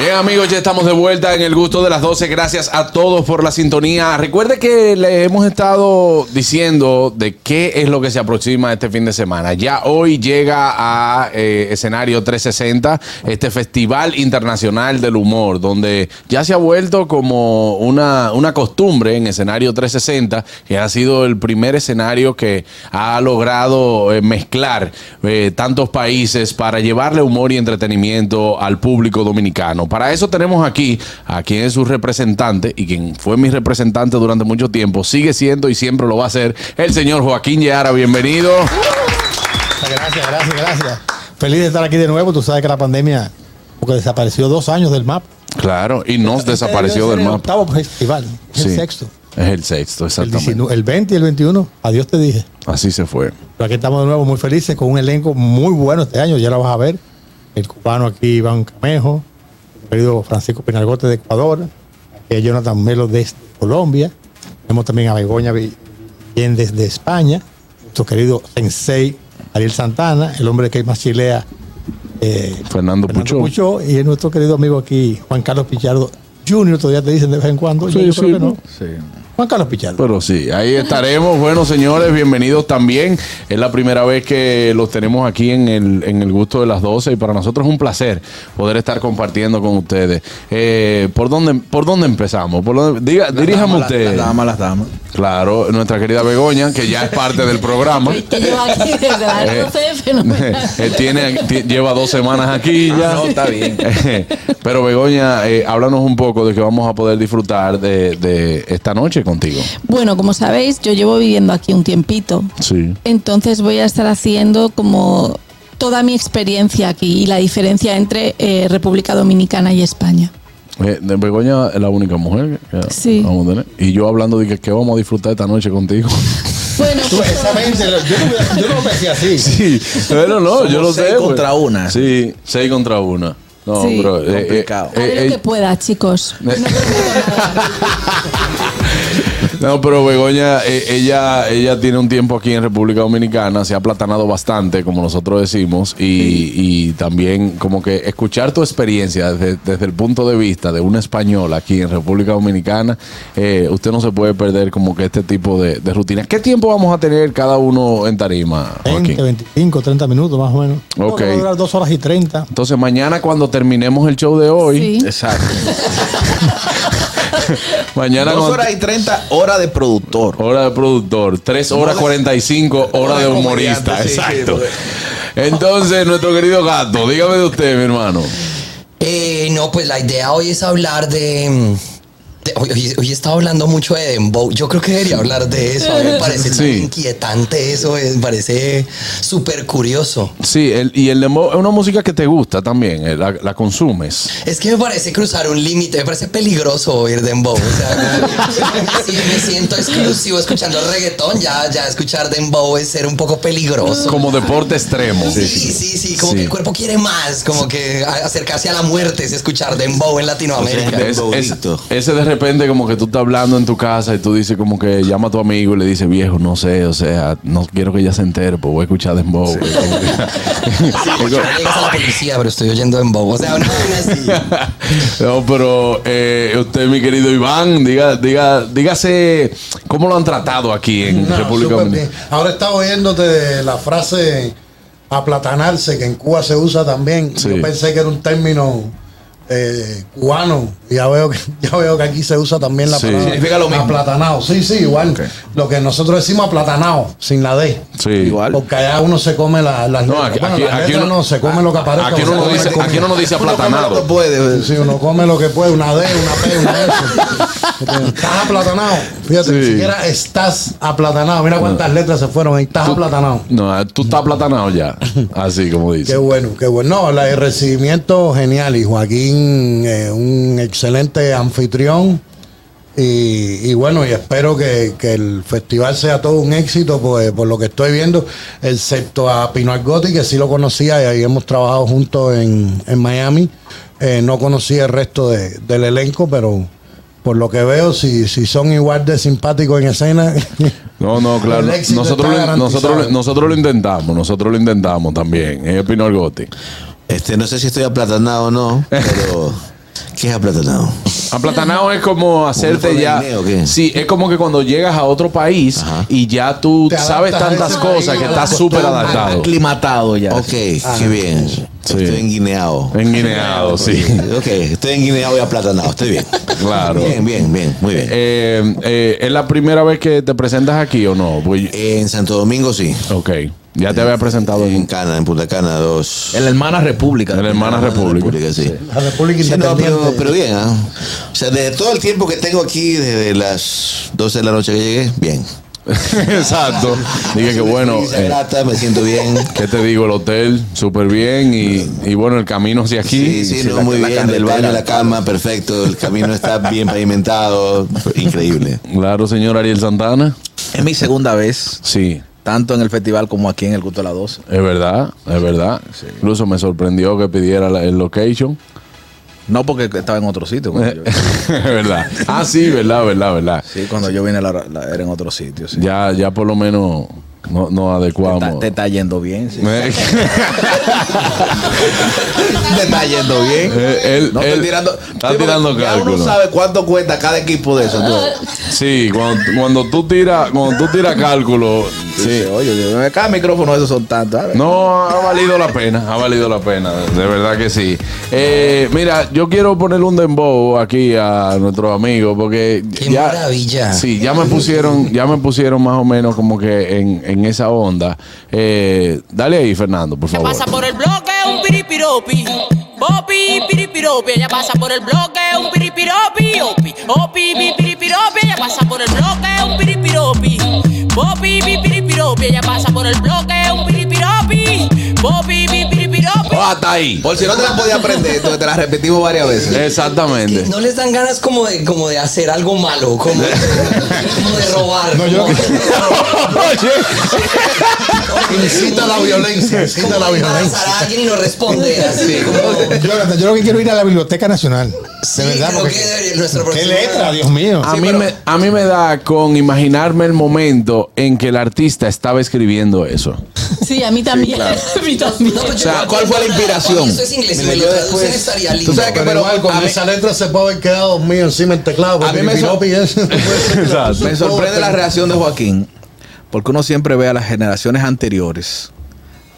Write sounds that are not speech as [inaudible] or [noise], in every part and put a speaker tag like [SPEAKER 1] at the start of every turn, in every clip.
[SPEAKER 1] Bien amigos, ya estamos de vuelta en el gusto de las 12. Gracias a todos por la sintonía. Recuerde que le hemos estado diciendo de qué es lo que se aproxima este fin de semana. Ya hoy llega a eh, escenario 360 este Festival Internacional del Humor, donde ya se ha vuelto como una, una costumbre en escenario 360, que ha sido el primer escenario que ha logrado eh, mezclar eh, tantos países para llevarle humor y entretenimiento al público dominicano. Para eso tenemos aquí a quien es su representante y quien fue mi representante durante mucho tiempo, sigue siendo y siempre lo va a ser, el señor Joaquín Yara. Bienvenido.
[SPEAKER 2] Gracias, gracias, gracias. Feliz de estar aquí de nuevo. Tú sabes que la pandemia porque desapareció dos años del mapa.
[SPEAKER 1] Claro, y nos desapareció
[SPEAKER 2] Debió ser
[SPEAKER 1] del
[SPEAKER 2] el
[SPEAKER 1] mapa.
[SPEAKER 2] octavo festival, es el
[SPEAKER 1] Sí.
[SPEAKER 2] sexto.
[SPEAKER 1] Es el sexto,
[SPEAKER 2] El,
[SPEAKER 1] exactamente.
[SPEAKER 2] 19 el 20 y el 21. Adiós te dije.
[SPEAKER 1] Así se fue.
[SPEAKER 2] Pero aquí estamos de nuevo muy felices con un elenco muy bueno este año. Ya lo vas a ver. El cubano aquí, Iván Camejo. El querido Francisco Pinalgote de Ecuador. Aquí hay Jonathan Melo desde Colombia. Tenemos también a Begoña bien desde España. Nuestro querido Sensei Ariel Santana, el hombre que más chilea. eh,
[SPEAKER 1] Fernando, Pucho.
[SPEAKER 2] Fernando Pucho y es nuestro querido amigo aquí, Juan Carlos Pichardo Junior, todavía te dicen de vez en cuando.
[SPEAKER 1] Sí,
[SPEAKER 2] yo
[SPEAKER 1] sí,
[SPEAKER 2] creo que no.
[SPEAKER 1] sí.
[SPEAKER 2] Juan Carlos Pichardo.
[SPEAKER 1] Pero sí, ahí estaremos. Bueno, señores, bienvenidos también. Es la primera vez que los tenemos aquí en el, en el gusto de las 12 y para nosotros es un placer poder estar compartiendo con ustedes. Eh, ¿por, dónde, ¿Por dónde empezamos? ¿Por dónde- diga, diríjame
[SPEAKER 3] Las damas,
[SPEAKER 1] usted.
[SPEAKER 3] Las damas, las damas.
[SPEAKER 1] Claro, nuestra querida Begoña, que ya es parte del programa. [laughs]
[SPEAKER 4] Que yo aquí desde la
[SPEAKER 1] Eh,
[SPEAKER 4] RCF, fenomenal.
[SPEAKER 1] eh, tiene, ti- lleva dos semanas aquí ya.
[SPEAKER 3] Ah, no, está bien.
[SPEAKER 1] [laughs] Pero Begoña, eh, háblanos un poco de que vamos a poder disfrutar de, de esta noche contigo.
[SPEAKER 4] Bueno, como sabéis, yo llevo viviendo aquí un tiempito.
[SPEAKER 1] Sí.
[SPEAKER 4] Entonces voy a estar haciendo como toda mi experiencia aquí y la diferencia entre eh, República Dominicana y España.
[SPEAKER 1] Eh, de Begoña es la única mujer que que
[SPEAKER 4] Sí.
[SPEAKER 1] vamos a tener. Y yo hablando de que, que vamos a disfrutar esta noche contigo. [laughs]
[SPEAKER 4] Bueno,
[SPEAKER 2] Tú,
[SPEAKER 4] pues,
[SPEAKER 2] esa mente, yo, no- yo no lo pensé así.
[SPEAKER 1] Sí, pero no,
[SPEAKER 3] Somos
[SPEAKER 1] yo lo sé.
[SPEAKER 3] seis
[SPEAKER 1] pues.
[SPEAKER 3] contra una.
[SPEAKER 1] Sí, seis contra una. No,
[SPEAKER 4] Sí.
[SPEAKER 1] bro. eh, eh,
[SPEAKER 3] Complicado.
[SPEAKER 1] eh,
[SPEAKER 4] haré
[SPEAKER 1] eh,
[SPEAKER 4] lo que pueda, chicos. No prometo nada.
[SPEAKER 1] No, pero Begoña, eh, ella, ella tiene un tiempo aquí en República Dominicana, se ha platanado bastante, como nosotros decimos, y, y también como que escuchar tu experiencia desde, desde el punto de vista de un español aquí en República Dominicana, eh, usted no se puede perder como que este tipo de, de rutinas. ¿Qué tiempo vamos a tener cada uno en tarima,
[SPEAKER 2] 20,
[SPEAKER 1] Joaquín?
[SPEAKER 2] 25, 30 minutos más o menos. Todo
[SPEAKER 1] Ok.
[SPEAKER 2] va a durar dos horas y 30.
[SPEAKER 1] Entonces mañana cuando terminemos el show de hoy,
[SPEAKER 4] Sí.
[SPEAKER 3] Exacto.
[SPEAKER 1] [laughs] mañana
[SPEAKER 3] Dos
[SPEAKER 1] cuando-
[SPEAKER 3] horas y 30 horas de productor.
[SPEAKER 1] Hora de productor, 3 horas
[SPEAKER 3] de-
[SPEAKER 1] 45, hora
[SPEAKER 3] hora
[SPEAKER 1] de
[SPEAKER 3] de
[SPEAKER 1] humorista,
[SPEAKER 3] comediante, sí,
[SPEAKER 1] exacto.
[SPEAKER 3] sí,
[SPEAKER 5] pues.
[SPEAKER 1] Entonces,
[SPEAKER 5] [laughs]
[SPEAKER 1] nuestro querido gato, dígame de usted, mi hermano.
[SPEAKER 5] Eh, no, pues la idea hoy es hablar de. de- hoy, hoy, hoy he estado hablando mucho de Dembow. Yo creo que debería hablar de eso. A mí me parece tan
[SPEAKER 1] Sí.
[SPEAKER 5] inquietante eso. es- Me parece súper curioso.
[SPEAKER 1] Sí, el- y el dembow es una música que te gusta también, eh, la, la consumes.
[SPEAKER 5] Es que me parece cruzar un límite. Me parece peligroso oír Dembow. O sea, como que si me siento exclusivo escuchando reggaetón, ya, ya escuchar Dembow es ser un poco peligroso.
[SPEAKER 1] Como deporte extremo.
[SPEAKER 5] Sí, sí, sí, como que el cuerpo quiere más, como que a- acercarse a la muerte es escuchar Dembow en Latinoamérica.
[SPEAKER 1] Es- es-
[SPEAKER 3] Dembowito.
[SPEAKER 1] ese de repente como que tú estás hablando en tu casa y tú dices como que llama a tu amigo y le dices viejo no sé o sea no quiero que ella se entere pues voy a escuchar dembow [laughs]
[SPEAKER 5] Yo llegas a la policía, pero estoy oyendo Dembow. O sea, una vaina así.
[SPEAKER 1] No, pero eh, usted, mi querido Iván, diga, diga, dígase cómo lo han tratado aquí en República
[SPEAKER 6] súper
[SPEAKER 1] Dominicana.
[SPEAKER 6] bien. Ahora estaba oyéndote de la frase aplatanarse, que en Cuba se usa también.
[SPEAKER 1] Sí.
[SPEAKER 6] Yo pensé que era un término eh, cubano. Ya veo, que, [laughs] ya veo que aquí se usa también la
[SPEAKER 1] Sí.
[SPEAKER 6] palabra
[SPEAKER 3] Significa lo mismo.
[SPEAKER 6] aplatanado. Sí, sí, igual. Lo que nosotros decimos aplatanado, sin la D.
[SPEAKER 1] Sí.
[SPEAKER 3] Igual.
[SPEAKER 6] Porque allá uno se come la- las
[SPEAKER 1] No,
[SPEAKER 6] letras.
[SPEAKER 1] aquí,
[SPEAKER 6] Bueno,
[SPEAKER 1] aquí-
[SPEAKER 6] las
[SPEAKER 1] aquí
[SPEAKER 6] letras
[SPEAKER 1] uno
[SPEAKER 6] no, se come lo que aparezca.
[SPEAKER 1] Aquí uno
[SPEAKER 6] uno
[SPEAKER 1] no
[SPEAKER 6] come
[SPEAKER 1] dice,
[SPEAKER 6] lo que
[SPEAKER 1] aquí uno no dice
[SPEAKER 3] No
[SPEAKER 1] aplatanado.
[SPEAKER 3] puede.
[SPEAKER 6] si uno come lo que puede, una D, una P, una S. estás aplatanado. Fíjate, ni
[SPEAKER 1] Sí.
[SPEAKER 6] siquiera estás aplatanado. Mira cuántas letras se fueron ahí. Estás aplatanado.
[SPEAKER 1] No, tú estás aplatanado ya. Así como
[SPEAKER 6] Qué
[SPEAKER 1] dice.
[SPEAKER 6] bueno, qué bueno. No, la- el recibimiento genial. Y Joaquín, eh, un excelente anfitrión. Y, y bueno, y espero que, que el festival sea todo un éxito, pues, por lo que estoy viendo, excepto a Pino Argotti, que sí lo conocía y ahí hemos trabajado juntos en, en Miami. Eh, no conocía el resto de- del elenco, pero por lo que veo, si, si son igual de simpáticos en escena, [laughs]
[SPEAKER 1] No, no, claro.
[SPEAKER 6] El éxito
[SPEAKER 1] Nosotros
[SPEAKER 6] está
[SPEAKER 1] lo, nosotros,
[SPEAKER 6] garantizado.
[SPEAKER 1] nosotros lo intentamos, nosotros lo intentamos también. Es Pinol Gotti.
[SPEAKER 3] Este, no sé si estoy aplatanado o no,
[SPEAKER 1] [laughs]
[SPEAKER 3] pero. ¿Qué es aplatanado?
[SPEAKER 1] Aplatanado es como hacerte
[SPEAKER 3] uniforme
[SPEAKER 1] ya.
[SPEAKER 3] de guineo, ¿qué?
[SPEAKER 1] Sí, es como que cuando llegas a otro país y ya tú
[SPEAKER 6] Te
[SPEAKER 1] sabes
[SPEAKER 6] adaptas a
[SPEAKER 1] tantas
[SPEAKER 6] ese
[SPEAKER 1] cosas
[SPEAKER 6] país,
[SPEAKER 1] que
[SPEAKER 6] a
[SPEAKER 1] estás
[SPEAKER 6] la
[SPEAKER 1] súper
[SPEAKER 6] costumbre.
[SPEAKER 1] adaptado.
[SPEAKER 7] Aclimatado ya.
[SPEAKER 3] Ok, qué bien. Estoy enguineado.
[SPEAKER 1] Enguineado, sí.
[SPEAKER 3] Ok, estoy enguineado y aplatanado. Estoy bien.
[SPEAKER 1] Claro.
[SPEAKER 3] Bien, bien, bien. Muy bien.
[SPEAKER 1] Eh, eh, ¿Es la primera vez que te presentas aquí o no? Pues-
[SPEAKER 3] En Santo Domingo sí.
[SPEAKER 1] ok, ya te había presentado
[SPEAKER 3] En
[SPEAKER 1] en,
[SPEAKER 3] Cana, en Punta Cana, dos.
[SPEAKER 7] En la hermana república.
[SPEAKER 1] en la Hermana República.
[SPEAKER 3] República, sí.
[SPEAKER 6] La República
[SPEAKER 3] Sí, no,
[SPEAKER 6] Independiente.
[SPEAKER 3] pero, pero bien, ¿ah? O sea, desde todo el tiempo que tengo aquí, desde las 12 de la noche que llegué, bien.
[SPEAKER 1] [laughs]
[SPEAKER 3] Ah,
[SPEAKER 1] Exacto. Dije que
[SPEAKER 3] Es una
[SPEAKER 1] bueno.
[SPEAKER 3] experiencia
[SPEAKER 1] eh,
[SPEAKER 3] grata, me siento bien.
[SPEAKER 1] ¿Qué te digo? El hotel, súper bien. Y, y bueno, el camino hacia [laughs] aquí.
[SPEAKER 3] Sí, sí, no,
[SPEAKER 7] la-
[SPEAKER 3] muy
[SPEAKER 7] la
[SPEAKER 3] bien. Del
[SPEAKER 7] carretera.
[SPEAKER 3] baño a la cama, perfecto. El camino está bien
[SPEAKER 1] [laughs]
[SPEAKER 3] pavimentado. Increíble.
[SPEAKER 1] Claro, señor Ariel Santana.
[SPEAKER 7] Es mi segunda vez,
[SPEAKER 1] Sí,
[SPEAKER 7] tanto en el festival como aquí en el Gusto de la 12.
[SPEAKER 1] es verdad, es verdad. Incluso me sorprendió que pidiera la- el location.
[SPEAKER 7] No porque estaba en otro sitio. cuando
[SPEAKER 1] [laughs]
[SPEAKER 7] yo-
[SPEAKER 1] es Eh, verdad. Ah, sí, verdad, verdad, verdad.
[SPEAKER 7] sí, cuando yo vine la- la- era en otro sitio. sí.
[SPEAKER 1] Ya, ya por lo menos no- nos
[SPEAKER 7] Te está-
[SPEAKER 1] adecuamos. Eh,
[SPEAKER 7] te está yendo bien. sí.
[SPEAKER 1] [laughs]
[SPEAKER 7] Te está yendo bien.
[SPEAKER 1] Eh, él-
[SPEAKER 7] No
[SPEAKER 1] él
[SPEAKER 7] estoy tirando.
[SPEAKER 1] Está
[SPEAKER 7] Sí, porque
[SPEAKER 1] tirando
[SPEAKER 7] ya
[SPEAKER 1] cálculo.
[SPEAKER 7] uno sabe cuánto cuesta cada equipo de eso.
[SPEAKER 1] Sí, cuando, cuando tú tiras cuando tú tiras cálculo, sí.
[SPEAKER 7] Oye, Dios, cada micrófono esos son tantos. a ver.
[SPEAKER 1] No, ha valido la pena, ha valido la pena, de verdad que sí. Eh, mira, yo quiero ponerle un dembow aquí a nuestros amigos porque
[SPEAKER 5] Qué maravilla.
[SPEAKER 1] Sí, ya me pusieron, ya me pusieron más o menos como que en, en esa onda. Eh, dale ahí, Fernando, por
[SPEAKER 8] Ella
[SPEAKER 1] favor.
[SPEAKER 8] pasa por el bloque un piripiropi. Popi, piripiropi. Ella pasa por el bloque un piripiropi. Opi, opi, mi piripiropi. Ella pasa por el bloque un piripiropi. Popi, mi piripiropi. Ella pasa por el bloque un piripiropi. Popi, mi piripiropi.
[SPEAKER 7] Oh, hasta ahí. Por si no te la podía aprender, entonces te la repetimos varias veces.
[SPEAKER 3] Eh,
[SPEAKER 1] Exactamente.
[SPEAKER 5] No les dan ganas como de, como de hacer algo malo, como, como de robar.
[SPEAKER 6] No, yo-
[SPEAKER 5] como-
[SPEAKER 6] Incita la violencia,
[SPEAKER 5] como
[SPEAKER 6] incita la
[SPEAKER 5] embarazar
[SPEAKER 6] violencia.
[SPEAKER 5] a alguien y no responder así. como-
[SPEAKER 2] Jonathan, yo lo que quiero es ir a la Biblioteca Nacional.
[SPEAKER 5] Sí,
[SPEAKER 2] De verdad,
[SPEAKER 5] creo
[SPEAKER 2] porque.
[SPEAKER 5] que debería- nuestra
[SPEAKER 2] ¡Qué
[SPEAKER 5] próxima-
[SPEAKER 2] letra, Dios mío!
[SPEAKER 1] A
[SPEAKER 5] Sí,
[SPEAKER 1] mí,
[SPEAKER 5] pero-
[SPEAKER 1] me, a mí me da con imaginarme el momento en que el artista estaba escribiendo eso.
[SPEAKER 4] Sí, a mí también. [laughs] a mí también.
[SPEAKER 5] No, pues yo
[SPEAKER 7] sea,
[SPEAKER 5] creo que
[SPEAKER 7] ¿cuál fue la
[SPEAKER 5] yo-
[SPEAKER 7] inspiración?
[SPEAKER 5] Eso es inglés, si
[SPEAKER 3] Mira,
[SPEAKER 5] me lo
[SPEAKER 3] yo
[SPEAKER 5] traducen
[SPEAKER 3] después-
[SPEAKER 5] estaría lindo.
[SPEAKER 7] Tú sabes que,
[SPEAKER 6] Pero
[SPEAKER 7] pero
[SPEAKER 6] igual, con
[SPEAKER 7] a mí-
[SPEAKER 6] esa letra se puede haber quedado Dios mío encima en teclado.
[SPEAKER 7] A mí me sor-
[SPEAKER 6] piripiropi, eso no puede ser.
[SPEAKER 1] Exacto.
[SPEAKER 7] Me sorprende la reacción de Joaquín, porque uno siempre ve a las generaciones anteriores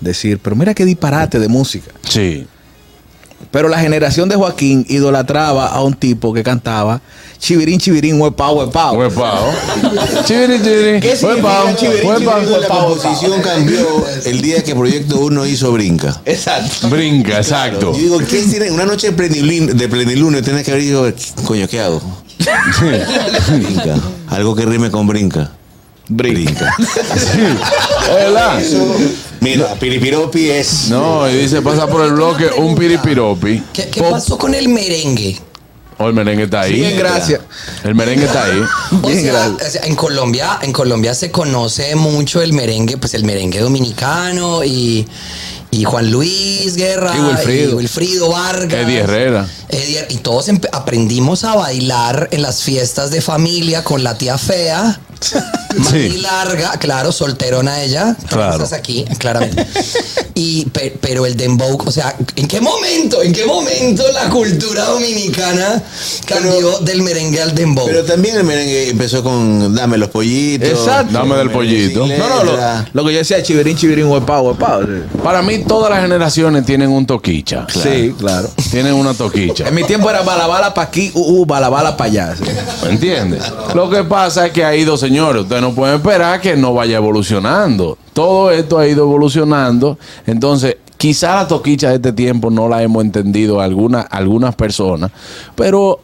[SPEAKER 7] decir, pero mira qué disparate de música.
[SPEAKER 1] Sí.
[SPEAKER 7] Pero la generación de Joaquín idolatraba a un tipo que cantaba Chivirín, chivirín, huepa,
[SPEAKER 5] Ah,
[SPEAKER 7] huepa.
[SPEAKER 1] Huepao. Chiviri, chiviri.
[SPEAKER 7] ¿Qué significa
[SPEAKER 1] Huepao.
[SPEAKER 7] chiviri,
[SPEAKER 1] Huepao.
[SPEAKER 7] chiviri?
[SPEAKER 3] La composición cambió el día que Proyecto 1 hizo Brinca.
[SPEAKER 7] Exacto.
[SPEAKER 1] Brinca, exacto.
[SPEAKER 3] Yo digo, ¿quién tiene una noche de plenilun- de plenilunio? Tienes que haber dicho, coño, ¿qué hago? Brinca. Algo que rime con brinca. Brinca.
[SPEAKER 1] ¿Verdad?
[SPEAKER 3] Mira, piripiropi es.
[SPEAKER 1] No, y dice, pasa por el bloque un piripiropi.
[SPEAKER 5] ¿Qué, qué
[SPEAKER 1] Pop.
[SPEAKER 5] pasó con el merengue?
[SPEAKER 1] Oh, el merengue está ahí.
[SPEAKER 7] Bien, gracias.
[SPEAKER 1] El merengue está ahí.
[SPEAKER 5] O
[SPEAKER 7] Bien,
[SPEAKER 5] sea,
[SPEAKER 7] gracias.
[SPEAKER 5] o sea, en Colombia, en Colombia se conoce mucho el merengue, pues el merengue dominicano y, y Juan Luis Guerra
[SPEAKER 7] Y Wilfrido.
[SPEAKER 5] y Wilfrido Vargas.
[SPEAKER 1] Eddie Herrera.
[SPEAKER 5] Eddie Her- y todos empe- aprendimos a bailar en las fiestas de familia con la tía fea.
[SPEAKER 7] [laughs]
[SPEAKER 5] Mani larga, claro, solterona ella.
[SPEAKER 1] Claro.
[SPEAKER 5] Estás aquí, claramente. Y, pe- pero el dembow, o sea, ¿en qué momento? ¿En qué momento la cultura dominicana cambió del merengue al dembow?
[SPEAKER 3] Pero también el merengue empezó con dame los pollitos.
[SPEAKER 1] Exacto. Dame del pollito.
[SPEAKER 3] Sin
[SPEAKER 7] No, no, lo,
[SPEAKER 3] letra.
[SPEAKER 7] lo que yo decía, chivirín, chivirín, huepa, huepa.
[SPEAKER 1] Para mí, todas las generaciones tienen un toquicha.
[SPEAKER 7] Sí, claro.
[SPEAKER 1] Tienen una toquicha.
[SPEAKER 7] En mi tiempo era balabala pa' aquí, uh, uh, balabala pa' allá. sí.
[SPEAKER 1] ¿Entiendes? Lo que pasa es que ha ido, señores, ustedes no pueden esperar que no vaya evolucionando. Todo esto ha ido evolucionando. Entonces, quizá la toquicha de este tiempo no la hemos entendido alguna, algunas personas, pero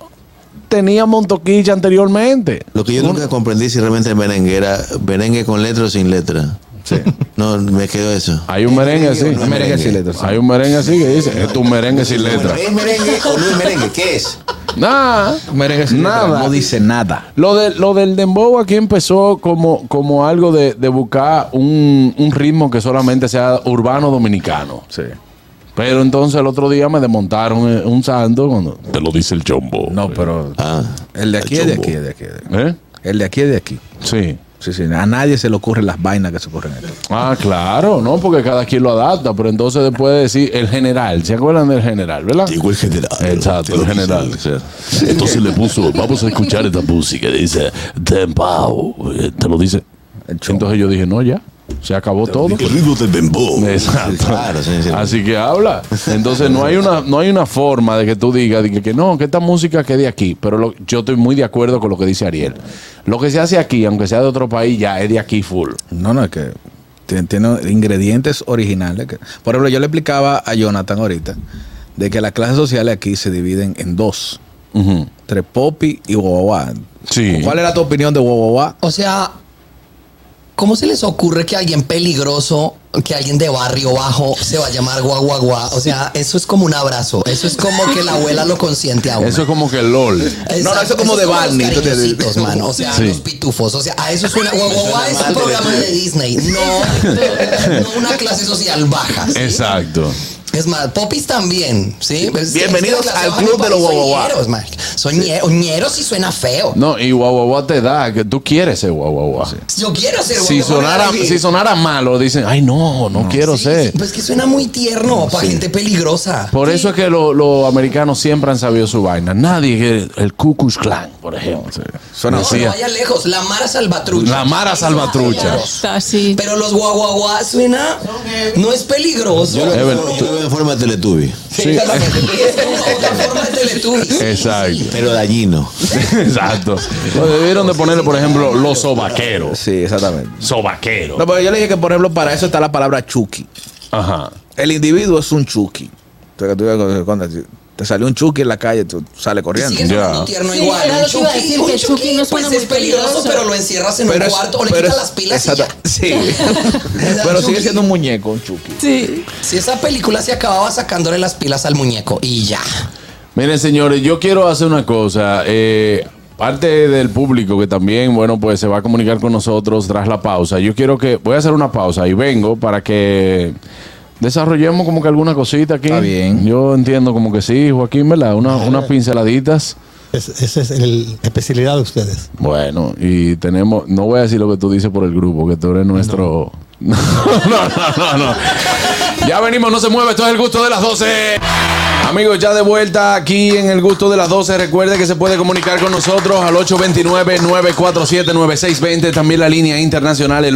[SPEAKER 1] teníamos toquicha anteriormente.
[SPEAKER 3] Lo que yo nunca comprendí si realmente el merengue era merengue con letra o sin letra. Sí. No, me quedó eso.
[SPEAKER 1] Hay un merengue así.
[SPEAKER 3] merengue o no es merengue sin
[SPEAKER 7] letra, sí.
[SPEAKER 1] Hay un merengue así que dice, es un merengue sin letra.
[SPEAKER 3] Bueno, ¿Es merengue o no es merengue? ¿Qué es?
[SPEAKER 1] Nada.
[SPEAKER 7] Merengue sin letra,
[SPEAKER 1] Nada.
[SPEAKER 7] No dice nada.
[SPEAKER 1] Lo, de, lo del dembow aquí empezó como, como algo de, de buscar un, un ritmo que solamente sea urbano dominicano.
[SPEAKER 7] Sí.
[SPEAKER 1] Pero entonces el otro día me desmontaron eh, un santo cuando te lo dice el chombo.
[SPEAKER 7] No, pero
[SPEAKER 3] Ah,
[SPEAKER 7] el de aquí
[SPEAKER 3] el
[SPEAKER 7] es de
[SPEAKER 3] chombo.
[SPEAKER 7] aquí, es de aquí. es de aquí.
[SPEAKER 1] ¿Eh?
[SPEAKER 7] El de aquí es de aquí.
[SPEAKER 1] Sí.
[SPEAKER 7] Sí, sí, a nadie se le ocurren las vainas que se ocurren aquí.
[SPEAKER 1] Ah, claro, ¿no? Porque cada quien lo adapta, pero entonces después de decir el general, ¿se acuerdan del general, verdad?
[SPEAKER 9] Llegó el general.
[SPEAKER 1] Exacto, el general.
[SPEAKER 9] O sea, Entonces le puso, vamos a escuchar esta música. y Dice, Dembow. eh, Te lo dice.
[SPEAKER 1] Entonces yo dije, no, ya, se acabó todo.
[SPEAKER 9] El ritmo de Dembow.
[SPEAKER 1] [laughs] Exacto.
[SPEAKER 3] Claro, sí, sí.
[SPEAKER 1] Así que habla. Entonces no hay una, no hay una forma de que tú digas de que, que no, que esta música quede aquí. Pero lo- yo estoy muy de acuerdo con lo que dice Ariel. Lo que se hace aquí, aunque sea de otro país, ya es de aquí full.
[SPEAKER 7] No, no, es que tiene, tiene ingredientes originales. que- por ejemplo, yo le explicaba a Jonathan ahorita de que las clases sociales aquí se dividen en dos:
[SPEAKER 1] Ujú.
[SPEAKER 7] entre Popi y Guaguá.
[SPEAKER 1] Sí.
[SPEAKER 7] ¿Cuál era tu opinión de Guaguá?
[SPEAKER 5] O sea, ¿cómo se les ocurre que alguien peligroso, que alguien de barrio bajo se va a llamar guaguaguá? O sea, eso es como un abrazo. Eso es como que la abuela lo consiente a uno.
[SPEAKER 1] Eso es como que LOL.
[SPEAKER 5] Exacto,
[SPEAKER 7] no, eso es como de Barney,
[SPEAKER 5] Los
[SPEAKER 7] tú te-
[SPEAKER 5] cariñositos, mano. O sea,
[SPEAKER 1] Sí.
[SPEAKER 5] los pitufos. O sea, a eso
[SPEAKER 7] [laughs]
[SPEAKER 5] suena. Guaguaguá es un programa de Disney. No, no una clase social baja. ¿sí?
[SPEAKER 1] Exacto.
[SPEAKER 5] Es más, popis también, ¿sí? Es-
[SPEAKER 7] Bienvenidos
[SPEAKER 5] es que la clase
[SPEAKER 7] al
[SPEAKER 5] baja
[SPEAKER 7] club
[SPEAKER 5] en
[SPEAKER 7] de los
[SPEAKER 5] París son
[SPEAKER 7] guaguaguá.
[SPEAKER 5] ñeros, man. Son ñe- ñeros y suena feo.
[SPEAKER 1] No, y guaguaguá te da, que tú quieres ser guaguaguá.
[SPEAKER 5] Yo quiero ser
[SPEAKER 1] Si
[SPEAKER 5] guaguaguá,
[SPEAKER 1] sonara,
[SPEAKER 5] David.
[SPEAKER 1] si sonara malo, dicen, ay no, no, quiero
[SPEAKER 5] Sí,
[SPEAKER 1] ser.
[SPEAKER 5] sí, Pues que suena muy tierno para gente peligrosa.
[SPEAKER 1] Por eso es que lo- los americanos siempre han sabido su vaina. Nadie quiere el Ku Klux Klan, por ejemplo.
[SPEAKER 7] Suena
[SPEAKER 5] no,
[SPEAKER 7] así.
[SPEAKER 5] no vaya lejos. La Mara Salvatrucha.
[SPEAKER 1] La Mara
[SPEAKER 4] Ya
[SPEAKER 1] Salvatrucha.
[SPEAKER 4] está, sí.
[SPEAKER 5] Pero los guaguaguá suena. No es peligroso.
[SPEAKER 3] Yo lo
[SPEAKER 1] Es
[SPEAKER 3] veo-
[SPEAKER 1] verdad.
[SPEAKER 3] yo lo veo en forma de Teletubby,
[SPEAKER 1] Sí,
[SPEAKER 5] Es una otra forma de Teletubbies.
[SPEAKER 1] exacto.
[SPEAKER 3] pero dañino.
[SPEAKER 1] Exacto. Lo debieron de ponerle, por ejemplo, los sobaqueros.
[SPEAKER 7] Sí, exactamente.
[SPEAKER 1] Sobaqueros.
[SPEAKER 7] No, pero yo le dije que, por ejemplo, para eso está la palabra Chucky.
[SPEAKER 1] Ajá.
[SPEAKER 7] El individuo es un Chucky. Entonces, tú- cuando Te salió un Chucky en la calle, tú sales
[SPEAKER 5] Y
[SPEAKER 7] corriendo.
[SPEAKER 5] Sigue sonando
[SPEAKER 1] Ya.
[SPEAKER 5] tierno
[SPEAKER 4] Sí,
[SPEAKER 5] igual.
[SPEAKER 4] era
[SPEAKER 5] Un
[SPEAKER 4] lo que iba a
[SPEAKER 5] Chucky,
[SPEAKER 4] decir,
[SPEAKER 5] un
[SPEAKER 4] que el
[SPEAKER 5] Chucky,
[SPEAKER 4] Chucky no suena
[SPEAKER 5] pues es
[SPEAKER 4] muy
[SPEAKER 5] peligroso,
[SPEAKER 4] peligroso.
[SPEAKER 5] pero lo encierras en un
[SPEAKER 7] es-
[SPEAKER 5] cuarto o le
[SPEAKER 7] pero
[SPEAKER 5] quitas
[SPEAKER 7] es-
[SPEAKER 5] las pilas y ya.
[SPEAKER 7] exacta-
[SPEAKER 5] [laughs]
[SPEAKER 7] Sí. [laughs] pero sigue siendo un muñeco, un Chucky.
[SPEAKER 4] Sí.
[SPEAKER 5] Si esa película se acababa sacándole las pilas al muñeco y ya.
[SPEAKER 1] Miren, señores, yo quiero hacer una cosa. Eh, parte del público que también, bueno, pues se va a comunicar con nosotros tras la pausa. Yo quiero que. Voy a hacer una pausa y vengo para que. Desarrollemos como que alguna cosita aquí.
[SPEAKER 7] Está bien.
[SPEAKER 1] Yo entiendo como que sí, Joaquín, ¿verdad? Una- unas pinceladitas.
[SPEAKER 2] Es- esa es el- la especialidad de ustedes.
[SPEAKER 1] Bueno, y tenemos, no voy a decir lo que tú dices por el grupo, que tú eres nuestro... [laughs] No, no, no, no. no. Ya venimos, no se mueve, esto es el gusto de las 12. Amigos, ya de vuelta aquí en el gusto de las 12. Recuerde que se puede comunicar con nosotros al 829-947-9620. También la línea internacional, el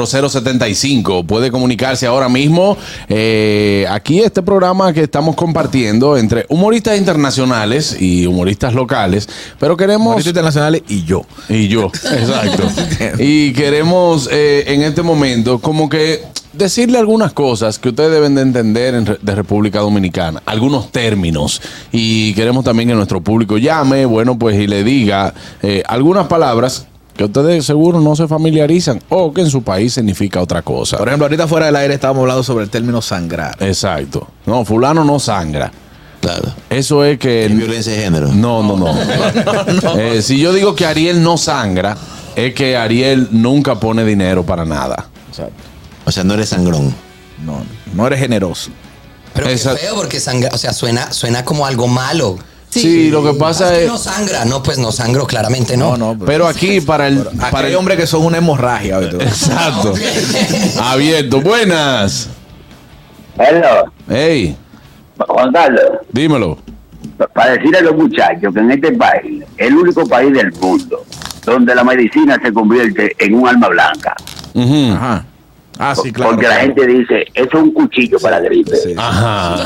[SPEAKER 1] 1-862-320-0075. Puede comunicarse ahora mismo. Eh, aquí este programa que estamos compartiendo entre humoristas internacionales y humoristas locales. Pero queremos
[SPEAKER 7] Humoristas internacionales y yo. [laughs]
[SPEAKER 1] y yo, exacto. y queremos eh, en este momento como que decirle algunas cosas que ustedes deben de entender en re- de República Dominicana, algunos términos. Y queremos también que nuestro público llame, bueno, pues y le diga eh, algunas palabras que ustedes seguro no se familiarizan o que en su país significa otra cosa.
[SPEAKER 7] Por ejemplo, ahorita fuera del aire estábamos hablando sobre el término sangrar.
[SPEAKER 1] Exacto. No, fulano no sangra.
[SPEAKER 3] Claro.
[SPEAKER 1] Eso es que...
[SPEAKER 3] Es violencia de género.
[SPEAKER 1] No, no, no. Eh, si yo digo que Ariel no sangra, es que Ariel nunca pone dinero para nada.
[SPEAKER 3] O sea, no eres sangrón.
[SPEAKER 7] No, no eres generoso.
[SPEAKER 5] Pero qué
[SPEAKER 1] Esa-
[SPEAKER 5] feo porque sangra, o sea, suena, suena como algo malo.
[SPEAKER 1] Sí, lo que pasa
[SPEAKER 5] Ah, que
[SPEAKER 1] es.
[SPEAKER 5] no sangra, no, pues no sangro, claramente no.
[SPEAKER 7] No, no.
[SPEAKER 1] Pero aquí, para el.
[SPEAKER 7] Aquí
[SPEAKER 1] Para
[SPEAKER 7] hay
[SPEAKER 1] el
[SPEAKER 7] hombres que son una hemorragia. ¿oíste? [laughs]
[SPEAKER 1] [laughs] Exacto. Abierto. Buenas.
[SPEAKER 10] Bueno,
[SPEAKER 1] Hey,
[SPEAKER 10] Juan Carlos,
[SPEAKER 1] dímelo.
[SPEAKER 10] para decir a los muchachos que en este país, el único país del mundo donde la medicina se convierte en un alma blanca.
[SPEAKER 1] Ujú.
[SPEAKER 7] Ajá. Ah, sí, claro.
[SPEAKER 10] porque la
[SPEAKER 7] claro.
[SPEAKER 10] gente dice, eso es un cuchillo para gripe.
[SPEAKER 7] Sí.
[SPEAKER 1] Ajá.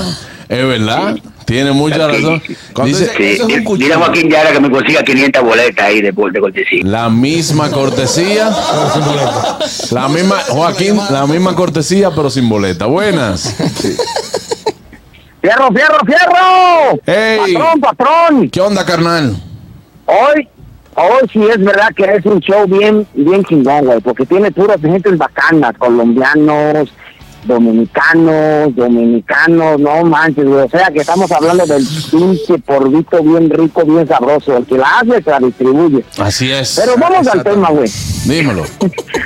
[SPEAKER 1] Es verdad. Tiene mucha razón.
[SPEAKER 7] Cuando
[SPEAKER 1] Dice
[SPEAKER 10] Sí,
[SPEAKER 7] Eso es un
[SPEAKER 10] y-
[SPEAKER 7] cuchillo.
[SPEAKER 10] dile a Eh, Joaquín Yara que me consiga 500 boletas ahí de, de cortesía.
[SPEAKER 1] la misma cortesía. La misma, Joaquín, la misma cortesía, pero sin boleta. Buenas.
[SPEAKER 10] ¡Fierro, fierro, fierro!
[SPEAKER 1] Ey.
[SPEAKER 10] ¡Patrón, patrón!
[SPEAKER 1] ¿Qué onda, carnal?
[SPEAKER 10] Hoy, hoy sí es verdad que es un show bien, bien chingón, güey, porque tiene puras gentes bacanas, colombianos, dominicanos, dominicanos, no manches, güey. O sea que estamos hablando del pinche porvito bien rico, bien sabroso. El que la hace se la distribuye.
[SPEAKER 1] Así es.
[SPEAKER 10] Pero vamos al tema, güey.
[SPEAKER 1] Dímelo.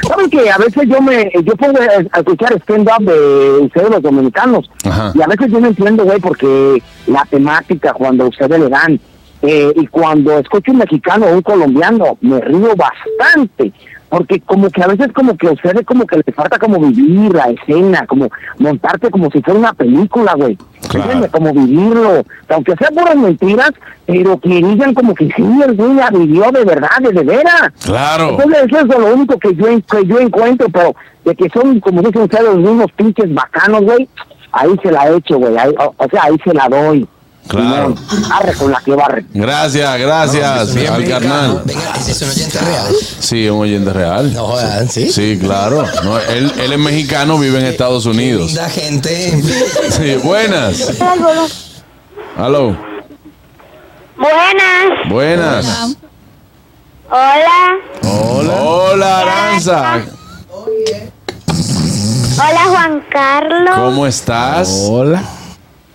[SPEAKER 10] ¿Sabes que A veces yo me yo pongo a escuchar stand-up de ustedes los
[SPEAKER 7] Ah.
[SPEAKER 10] dominicanos.
[SPEAKER 1] Ajá.
[SPEAKER 10] Y a veces yo no entiendo, güey, porque la temática, cuando ustedes le dan, eh, y cuando escucho un mexicano o un colombiano me río bastante, porque como que a veces como que a ustedes como que les falta como vivir la escena, como montarte como si fuera una película, güey. ¿Entiendes? Como vivirlo, aunque sean puras mentiras, pero que digan como que sí, el güey la vivió de verdad, de, de veras.
[SPEAKER 1] Claro.
[SPEAKER 10] Entonces eso es lo único que yo, en- que yo encuentro, pero de que son, como dicen ustedes, unos pinches bacanos, güey, ahí se la echo, güey, ahí- o, o sea, ahí se la doy.
[SPEAKER 1] Claro.
[SPEAKER 10] Arre con la que barre.
[SPEAKER 1] Gracias, gracias
[SPEAKER 10] No, no,
[SPEAKER 1] al
[SPEAKER 10] venga,
[SPEAKER 1] carnal.
[SPEAKER 5] Venga, ese es un oyente real.
[SPEAKER 1] Sí, es un oyente real.
[SPEAKER 5] No jodan, ¿sí?
[SPEAKER 1] Sí, claro. No, él, él es mexicano, vive en Estados Unidos.
[SPEAKER 5] Linda gente.
[SPEAKER 1] Sí, buenas. Aló.
[SPEAKER 11] Buenas.
[SPEAKER 1] Buenas.
[SPEAKER 11] Hola.
[SPEAKER 1] Hola. Hola, Aranza.
[SPEAKER 11] Hola, Juan Carlos.
[SPEAKER 1] ¿Cómo estás? Hola.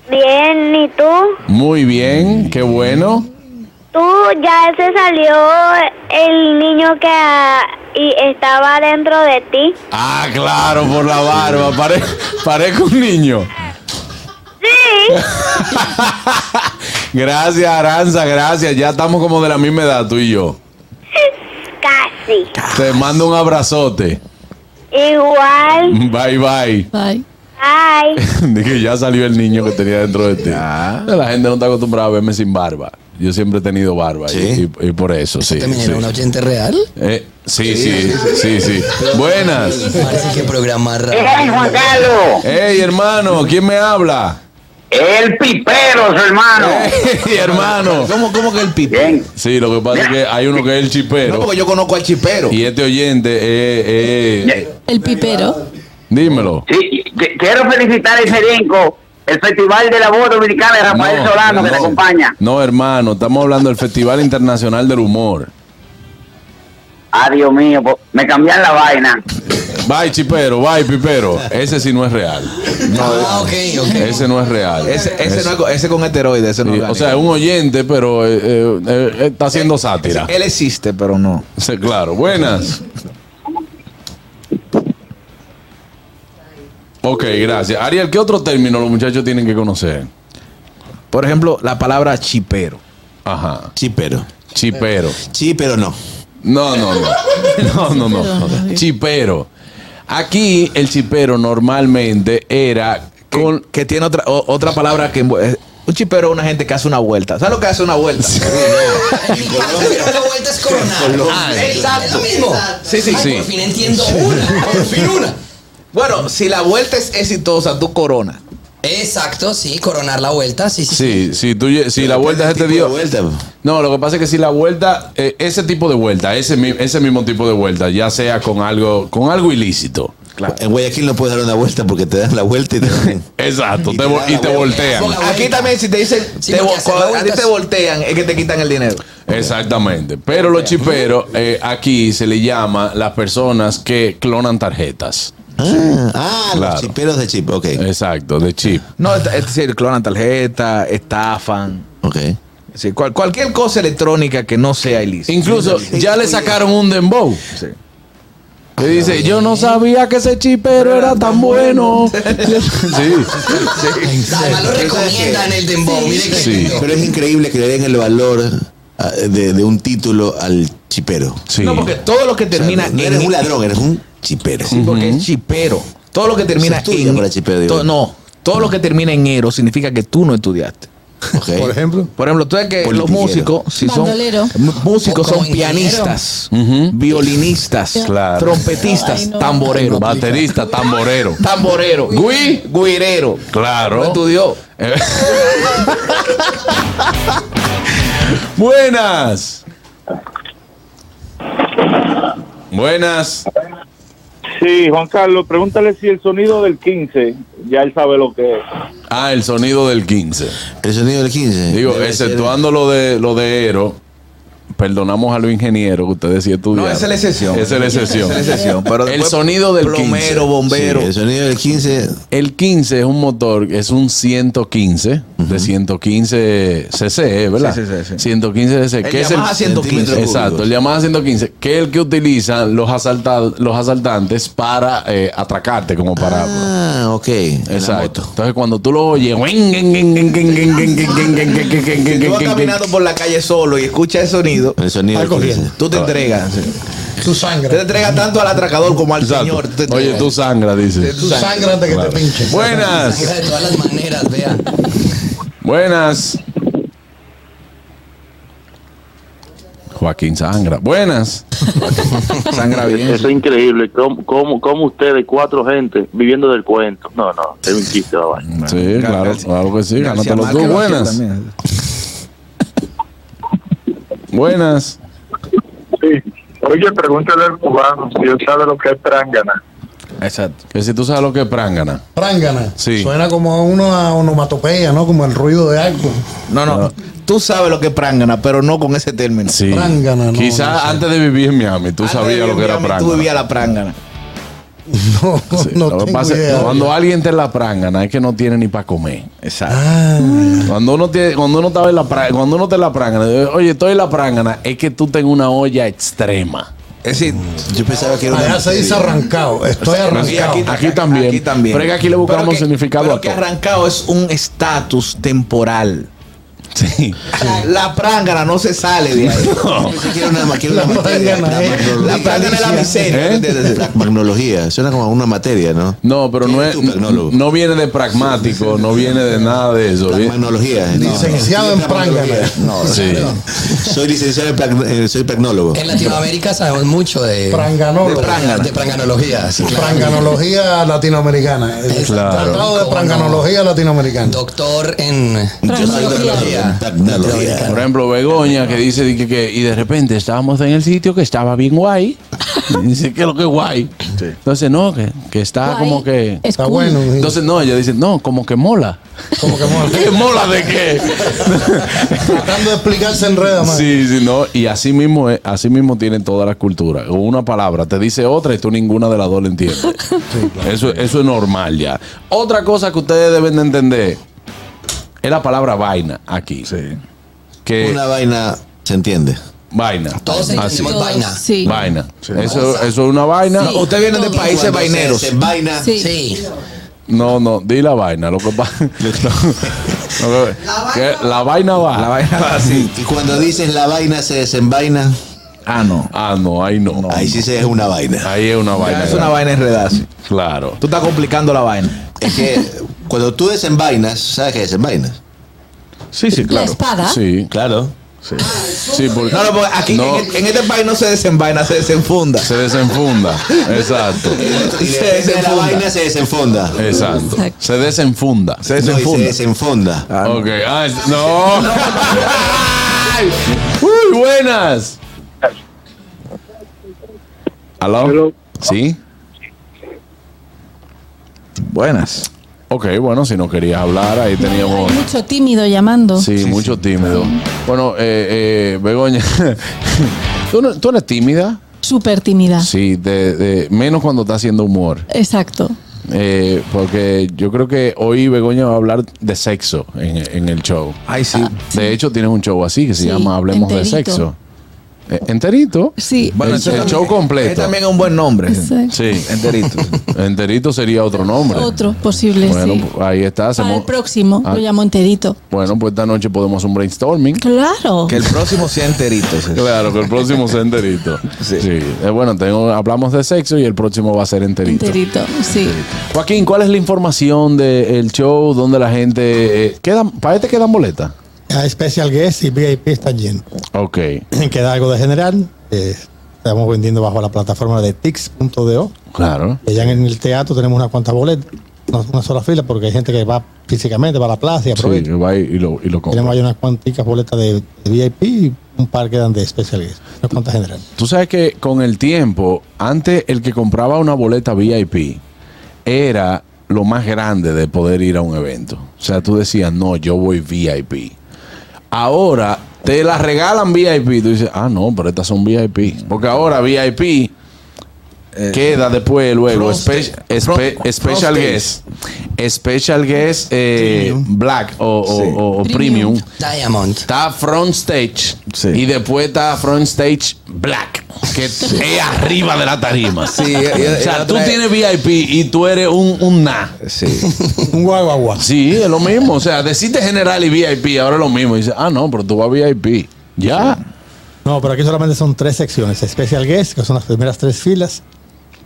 [SPEAKER 11] Bien, ¿y tú?
[SPEAKER 1] Muy bien, qué bueno.
[SPEAKER 11] Tú ya se salió el niño que ah, y estaba dentro de ti.
[SPEAKER 1] Ah, claro, por la barba. pare- [laughs] parezco un niño. Gracias, Aranza, gracias. Ya estamos como de la misma edad, tú y yo.
[SPEAKER 11] Casi.
[SPEAKER 1] Te mando un abrazote.
[SPEAKER 11] Igual.
[SPEAKER 1] Bye, bye. [laughs]
[SPEAKER 4] Bye.
[SPEAKER 11] Ay.
[SPEAKER 1] Dije, ya salió el niño que tenía dentro de ti. La gente no está acostumbrada a verme sin barba. Yo siempre he tenido barba. y- Y, y por eso, sí.
[SPEAKER 5] También era
[SPEAKER 1] sí.
[SPEAKER 5] un oyente real.
[SPEAKER 1] Eh, sí, sí, sí, sí. Buenas.
[SPEAKER 5] Parece que programar
[SPEAKER 10] ¡Ey, Juan Carlos!
[SPEAKER 1] Hey, hermano, ¿quién me habla?
[SPEAKER 10] El pipero, su hermano.
[SPEAKER 1] Ey, [laughs] hermano.
[SPEAKER 7] ¿Cómo, cómo que el pipero?
[SPEAKER 1] Sí, lo que pasa es que hay uno que es el chipero.
[SPEAKER 7] No, porque yo conozco al chipero.
[SPEAKER 1] Y este oyente, eh, eh,
[SPEAKER 4] El pipero.
[SPEAKER 1] dímelo.
[SPEAKER 10] Sí, qu- quiero felicitar a ese elenco, el Festival de la Voz Dominicana de Rafael
[SPEAKER 1] No,
[SPEAKER 10] Solano, que
[SPEAKER 1] no.
[SPEAKER 10] te acompaña.
[SPEAKER 1] No, hermano, estamos hablando del Festival Internacional del Humor.
[SPEAKER 10] Ah, Dios mío, po- me cambian la vaina.
[SPEAKER 1] Bye, chipero, bye, pipero. Ese sí no es real.
[SPEAKER 5] Ah, ok, ok.
[SPEAKER 1] Ese no es real.
[SPEAKER 7] Ese, ese, no es co- ese con esteroides, ese no
[SPEAKER 1] Sí,
[SPEAKER 7] es
[SPEAKER 1] o sea, es un orgánico. oyente, pero eh, eh, eh, está haciendo sátira.
[SPEAKER 7] Él existe, pero no.
[SPEAKER 1] Sí, claro, buenas. Ok, gracias. Ariel, ¿qué otro término los muchachos tienen que conocer?
[SPEAKER 7] Por ejemplo, la palabra chipero.
[SPEAKER 1] Ajá.
[SPEAKER 3] Chipero.
[SPEAKER 1] Chipero.
[SPEAKER 3] Chipero no.
[SPEAKER 1] No, no, no. No, no, no. Chipero. Aquí el chipero normalmente era con.
[SPEAKER 7] Que tiene otra, o- otra palabra que. envu- eh, Un chipero es una gente que hace una vuelta. ¿Sabes lo que hace una vuelta?
[SPEAKER 5] Pero la vuelta es coronada.
[SPEAKER 7] Ah,
[SPEAKER 5] Exacto. Es lo mismo.
[SPEAKER 7] Sí, sí,
[SPEAKER 5] Ay,
[SPEAKER 7] sí.
[SPEAKER 5] Por fin entiendo una. Por fin una.
[SPEAKER 7] Bueno, si la vuelta es exitosa, tú corona.
[SPEAKER 5] Exacto, sí, coronar la vuelta, sí, sí.
[SPEAKER 1] Sí, si, tú, lle- si la vuelta es este dio. No, lo que pasa es que si la vuelta, eh, ese tipo de vuelta, ese, mi- ese mismo tipo de vuelta, ya sea con algo, con algo ilícito.
[SPEAKER 3] En Guayaquil no puedes dar una vuelta porque te dan la vuelta y te
[SPEAKER 1] Exacto, te vo-
[SPEAKER 3] dan
[SPEAKER 1] y
[SPEAKER 3] la
[SPEAKER 1] te
[SPEAKER 3] vuelta.
[SPEAKER 1] voltean.
[SPEAKER 7] Aquí también si te dicen,
[SPEAKER 5] Sí,
[SPEAKER 7] te,
[SPEAKER 5] porque
[SPEAKER 7] vo-
[SPEAKER 5] hacer
[SPEAKER 7] cuando
[SPEAKER 5] la
[SPEAKER 7] a ti
[SPEAKER 5] vuelta
[SPEAKER 7] te
[SPEAKER 5] es-
[SPEAKER 7] voltean, es que te quitan el dinero.
[SPEAKER 1] Exactamente. Pero los chiperos, eh, aquí se le llama las personas que clonan tarjetas.
[SPEAKER 3] Ah, ah,
[SPEAKER 1] Claro. Eh.
[SPEAKER 3] los chiperos de chip, ok.
[SPEAKER 1] Exacto, de chip.
[SPEAKER 7] No, es es decir, clonan tarjeta, estafan.
[SPEAKER 3] Ok.
[SPEAKER 7] Es decir, cual- cualquier cosa electrónica que no sea ilícita.
[SPEAKER 1] Incluso ya le sacaron un dembow.
[SPEAKER 7] Sí.
[SPEAKER 1] Que dice, yo no sabía que ese chipero era tan bueno. sí.
[SPEAKER 5] Además lo recomiendan el Dembow. Miren que
[SPEAKER 1] Sí.
[SPEAKER 5] lindo.
[SPEAKER 3] Pero es increíble que le den el valor ah, de, de un título al chipero.
[SPEAKER 1] Sí.
[SPEAKER 7] No, porque todo lo que
[SPEAKER 3] O sea,
[SPEAKER 7] termina en
[SPEAKER 3] no eres un ladrón, eres un chipero.
[SPEAKER 7] Sí, porque es chipero. Todo lo que termina
[SPEAKER 3] estudia
[SPEAKER 7] en
[SPEAKER 3] para chipero, digo.
[SPEAKER 7] to- no, todo lo que termina en ero significa que tú no estudiaste.
[SPEAKER 3] Ok.
[SPEAKER 2] Por ejemplo,
[SPEAKER 7] Por ejemplo, tú sabes que los
[SPEAKER 3] Politiquero.
[SPEAKER 7] músicos, si son
[SPEAKER 4] Bandolero.
[SPEAKER 7] m- músicos,
[SPEAKER 5] Como
[SPEAKER 7] son
[SPEAKER 5] ingeniero.
[SPEAKER 7] pianistas,
[SPEAKER 1] Ujú.
[SPEAKER 7] violinistas,
[SPEAKER 1] Claro.
[SPEAKER 7] trompetistas,
[SPEAKER 4] Ay, no.
[SPEAKER 7] tamboreros,
[SPEAKER 1] Baterista, tamborero.
[SPEAKER 7] tamborero, gui, guirero.
[SPEAKER 1] Claro.
[SPEAKER 7] No estudió.
[SPEAKER 1] [laughs] Buenas. Buenas.
[SPEAKER 12] Sí, Juan Carlos, pregúntale si el sonido del 15, ya él sabe lo que es.
[SPEAKER 1] Ah, el sonido del 15.
[SPEAKER 3] El sonido del 15.
[SPEAKER 1] Digo,
[SPEAKER 3] Debe ser-
[SPEAKER 1] exceptuando lo de lo de Ero, perdonamos a los ingenieros que ustedes sí estudiaron.
[SPEAKER 7] No, esa es la excepción.
[SPEAKER 1] Esa es la excepción.
[SPEAKER 7] Esa es la excepción, pero
[SPEAKER 1] el
[SPEAKER 7] después
[SPEAKER 1] sonido del
[SPEAKER 7] plomero,
[SPEAKER 1] 15.
[SPEAKER 7] bombero.
[SPEAKER 1] el sonido del 15. El 15 es un motor, es un 115 de 115 cc, ¿verdad?
[SPEAKER 7] Sí, sí, sí, sí.
[SPEAKER 1] 115 cc.
[SPEAKER 7] El
[SPEAKER 1] que es
[SPEAKER 7] Yamaha 115.
[SPEAKER 1] Exacto, el Yamaha 115, que es el que utilizan los, asalta- los asaltantes para eh, atracarte, como para. Ah, ok. Exacto. Entonces cuando tú lo oyes,
[SPEAKER 7] Si tú vas caminando por la calle solo y escuchas el sonido,
[SPEAKER 3] El sonido
[SPEAKER 7] Algo
[SPEAKER 3] del
[SPEAKER 7] bien.
[SPEAKER 3] 15.
[SPEAKER 7] tú te
[SPEAKER 3] Ah,
[SPEAKER 7] entregas.
[SPEAKER 6] Tu sangre.
[SPEAKER 7] Te entregas tanto al atracador como al señor. tú te
[SPEAKER 1] Oye,
[SPEAKER 7] entregas.
[SPEAKER 1] tú sangra, dice.
[SPEAKER 7] Tú sangra antes que te pinches.
[SPEAKER 1] Buenas.
[SPEAKER 5] De todas las maneras, vean.
[SPEAKER 1] Buenas. Joaquín Sangra. Buenas. Sangra bien.
[SPEAKER 13] Eso es increíble. ¿Cómo, cómo, cómo ustedes, cuatro gente, viviendo del cuento? No, no, es un chiste, la vaina.
[SPEAKER 1] Sí, claro, claro que sí. Gánate los dos.
[SPEAKER 13] Márquez
[SPEAKER 1] Buenas.
[SPEAKER 13] también.
[SPEAKER 1] Buenas.
[SPEAKER 14] Oye, pregúntale al cubano si él sabe lo que es trángana.
[SPEAKER 1] Exacto. Que si tú sabes lo que es prangana.
[SPEAKER 6] Prángana.
[SPEAKER 1] Sí.
[SPEAKER 6] Suena como una onomatopeya, ¿no? Como el ruido de algo.
[SPEAKER 7] No, no, tú sabes lo que es prangana, pero no con ese término.
[SPEAKER 1] Sí.
[SPEAKER 6] Prángana, no,
[SPEAKER 1] Quizás
[SPEAKER 6] no sé.
[SPEAKER 1] antes de vivir en Miami, tú
[SPEAKER 7] Antes de
[SPEAKER 1] sabías lo que
[SPEAKER 7] vivir
[SPEAKER 1] era
[SPEAKER 7] en Miami,
[SPEAKER 1] prangana.
[SPEAKER 7] Tú vivías la prangana.
[SPEAKER 6] No, [laughs] no
[SPEAKER 1] Lo que
[SPEAKER 6] tengo
[SPEAKER 1] pasa es que
[SPEAKER 6] idea.
[SPEAKER 1] cuando alguien te la prangana es que no tiene ni para comer. Exacto.
[SPEAKER 6] Ah.
[SPEAKER 1] Cuando uno tiene, cuando uno estaba en la pra- cuando uno te la prangana, eh, oye, estoy en la prangana, es que tú tengas una olla extrema.
[SPEAKER 7] Es decir,
[SPEAKER 3] yo pensaba que
[SPEAKER 7] Ah,
[SPEAKER 6] Allá se dice arrancado. Estoy
[SPEAKER 1] Aquí,
[SPEAKER 6] arrancado.
[SPEAKER 1] aquí también.
[SPEAKER 7] Aquí también.
[SPEAKER 1] Pero es que aquí le buscamos
[SPEAKER 7] Pero que-
[SPEAKER 1] significado
[SPEAKER 7] pero
[SPEAKER 1] a
[SPEAKER 7] que
[SPEAKER 1] todo.
[SPEAKER 7] arrancado es un estatus temporal.
[SPEAKER 1] Sí.
[SPEAKER 7] La prángana no se sale de ahí.
[SPEAKER 3] No.
[SPEAKER 7] Quiero nada más, quiero [laughs] nada más. La prángana es la miseria.
[SPEAKER 1] ¿eh?
[SPEAKER 7] ¿entiendes?
[SPEAKER 3] La magnología. Suena como a una materia, ¿no?
[SPEAKER 1] No, pero no es, no viene de pragmático, no viene de nada de eso.
[SPEAKER 7] Pues
[SPEAKER 3] Pragmanología.
[SPEAKER 6] Licenciado en prángana.
[SPEAKER 3] No,
[SPEAKER 1] Sí.
[SPEAKER 3] Soy licenciado en pragn- eh, soy tecnólogo.
[SPEAKER 5] En Latinoamérica sabemos mucho de.
[SPEAKER 6] Pranganólogo.
[SPEAKER 5] De, prangana- de pranganología. sí, claro.
[SPEAKER 6] Pranganología latinoamericana. El
[SPEAKER 5] Claro.
[SPEAKER 6] Tratado de pranganología latinoamericana.
[SPEAKER 5] Doctor en. Yo soy tecnología.
[SPEAKER 1] Por ejemplo, Begoña que dice di que, que- y de repente estábamos en el sitio que estaba bien guay. [laughs] Y dice que lo que es guay. Entonces, no, que, que está
[SPEAKER 4] Guay
[SPEAKER 1] como Ah, que.
[SPEAKER 4] es Está cool. bueno, sí.
[SPEAKER 1] Entonces, no, ella dice, no, como que mola.
[SPEAKER 6] Como que mola.
[SPEAKER 1] [laughs] ¿Qué mola de qué?
[SPEAKER 6] Tratando de explicarse enreda más.
[SPEAKER 1] Sí, sí, no. Y así mismo, es- así mismo tienen todas las culturas. Una palabra te dice otra y tú ninguna de las dos la entiendes. eso, eso es normal ya. Otra cosa que ustedes deben de entender es la palabra vaina aquí. Que
[SPEAKER 3] Una vaina se entiende.
[SPEAKER 1] Vaina.
[SPEAKER 5] Todos
[SPEAKER 6] Ah,
[SPEAKER 5] entendemos
[SPEAKER 1] Así.
[SPEAKER 5] vaina.
[SPEAKER 4] Sí.
[SPEAKER 1] Vaina. Eso, eso es una vaina.
[SPEAKER 7] No, Usted viene de
[SPEAKER 5] Cuando
[SPEAKER 7] países
[SPEAKER 5] se-
[SPEAKER 7] vaineros.
[SPEAKER 5] se vaina. Sí.
[SPEAKER 1] No, no, di la vaina. Lo que [laughs] pasa. La vaina va. La vaina va así.
[SPEAKER 3] Y cuando dices la vaina se desenvaina,
[SPEAKER 7] Ah, no.
[SPEAKER 1] Ah, no, ahí no.
[SPEAKER 3] ahí sí se es una vaina.
[SPEAKER 1] Ahí es una vaina.
[SPEAKER 7] es una vaina enredada. sí.
[SPEAKER 1] Claro.
[SPEAKER 7] Tú estás complicando la vaina.
[SPEAKER 3] Es que cuando tú desenvainas, ¿sabes qué desenvainas?
[SPEAKER 1] Sí, sí,
[SPEAKER 4] claro. espada?
[SPEAKER 1] Sí.
[SPEAKER 3] Claro.
[SPEAKER 1] Sí. Sí, porque.
[SPEAKER 7] No, no, porque aquí
[SPEAKER 1] No.
[SPEAKER 7] En, en este país no se desenvaina, se desenfunda.
[SPEAKER 1] Se desenfunda. Exacto.
[SPEAKER 3] Y
[SPEAKER 7] Se
[SPEAKER 3] depende de la
[SPEAKER 7] desenfunda.
[SPEAKER 3] vaina se desenfonda.
[SPEAKER 1] Exacto. Se desenfunda.
[SPEAKER 7] Se
[SPEAKER 3] No, y se
[SPEAKER 7] desenfunda.
[SPEAKER 3] desenfonda.
[SPEAKER 1] Ok. Ah, es- no. Ay. [laughs] Uy, buenas. ¿Aló? ¿Sí?
[SPEAKER 7] Buenas.
[SPEAKER 1] Ok, bueno, si no querías hablar, ahí teníamos.
[SPEAKER 4] Hay mucho tímido llamando.
[SPEAKER 1] Sí, mucho tímido. Bueno, eh, eh, Begoña, [laughs] ¿tú, no- tú eres tímida?
[SPEAKER 4] Súper tímida.
[SPEAKER 1] Sí, de- de- menos cuando está haciendo humor.
[SPEAKER 4] Exacto.
[SPEAKER 1] Eh, porque yo creo que hoy Begoña va a hablar de sexo en, en el show. Ah,
[SPEAKER 7] Ay, sí.
[SPEAKER 1] De hecho, tienes un show así que se
[SPEAKER 4] Sí,
[SPEAKER 1] llama Hablemos
[SPEAKER 4] enterito.
[SPEAKER 1] de Sexo. Eh, ¿Enterito?
[SPEAKER 4] Sí.
[SPEAKER 1] el,
[SPEAKER 7] eso
[SPEAKER 1] el
[SPEAKER 7] también-
[SPEAKER 1] show
[SPEAKER 7] Es
[SPEAKER 1] completo.
[SPEAKER 7] también un buen nombre.
[SPEAKER 4] Exacto.
[SPEAKER 1] Sí,
[SPEAKER 7] Enterito.
[SPEAKER 1] enterito sería otro nombre.
[SPEAKER 4] Otro posible,
[SPEAKER 1] bueno,
[SPEAKER 4] sí.
[SPEAKER 1] pues, ahí está.
[SPEAKER 4] Para
[SPEAKER 1] hacemos-
[SPEAKER 4] el próximo
[SPEAKER 1] Ah.
[SPEAKER 4] lo llamo enterito.
[SPEAKER 1] bueno, pues esta noche podemos hacer un brainstorming.
[SPEAKER 4] Claro.
[SPEAKER 7] Que el próximo sea enterito. sí.
[SPEAKER 1] Claro, que el próximo sea enterito. Sí. Eh, bueno, tengo, hablamos de sexo y el próximo va a ser enterito.
[SPEAKER 4] Enterito, sí.
[SPEAKER 1] Joaquín, ¿cuál es la información del show? ¿Dónde la gente... eh, quedan, ¿Para este quedan boletas?
[SPEAKER 2] A Special Guest y VIP están llenos. [clears throat]
[SPEAKER 1] Ok.
[SPEAKER 2] Queda algo de general. eh, estamos vendiendo bajo la plataforma de tix.do.
[SPEAKER 1] Claro.
[SPEAKER 2] Allá en el teatro tenemos unas cuantas boletas. no- Una sola fila porque hay gente que va físicamente, va a la plaza y aprovecha.
[SPEAKER 1] Sí, va y, y lo, y lo compra.
[SPEAKER 2] Tenemos ahí unas cuanticas boletas de, de VIP y un par quedan de Special Guest. Unas cuantas general.
[SPEAKER 1] Tú sabes que con el tiempo, antes el que compraba una boleta VIP era lo más grande de poder ir a un evento. O sea, tú decías, no, yo voy VIP. Ahora te la regalan VIP. Tú dices, ah, no, pero estas son VIP. Porque ahora VIP queda después, luego.
[SPEAKER 7] Frosted.
[SPEAKER 1] espe- espe-
[SPEAKER 7] Fro-
[SPEAKER 1] special
[SPEAKER 7] Frosted.
[SPEAKER 1] guest. Special guest eh, black o, o- o- o premium.
[SPEAKER 5] Premium. Diamond.
[SPEAKER 1] Está front stage. Y después está front stage black. Que es arriba de la tarima.
[SPEAKER 7] Sí, y- y-
[SPEAKER 1] o sea,
[SPEAKER 7] y-
[SPEAKER 1] tú
[SPEAKER 7] trae-
[SPEAKER 1] tienes VIP y tú eres un, un na. [laughs]
[SPEAKER 2] un guaguaguá.
[SPEAKER 1] Sí, es lo mismo. O sea, deciste general y VIP, ahora es lo mismo. Dice, ah, no, pero tú vas VIP. Ya.
[SPEAKER 2] No, pero aquí solamente son tres secciones. Special Guest, que son las primeras tres filas.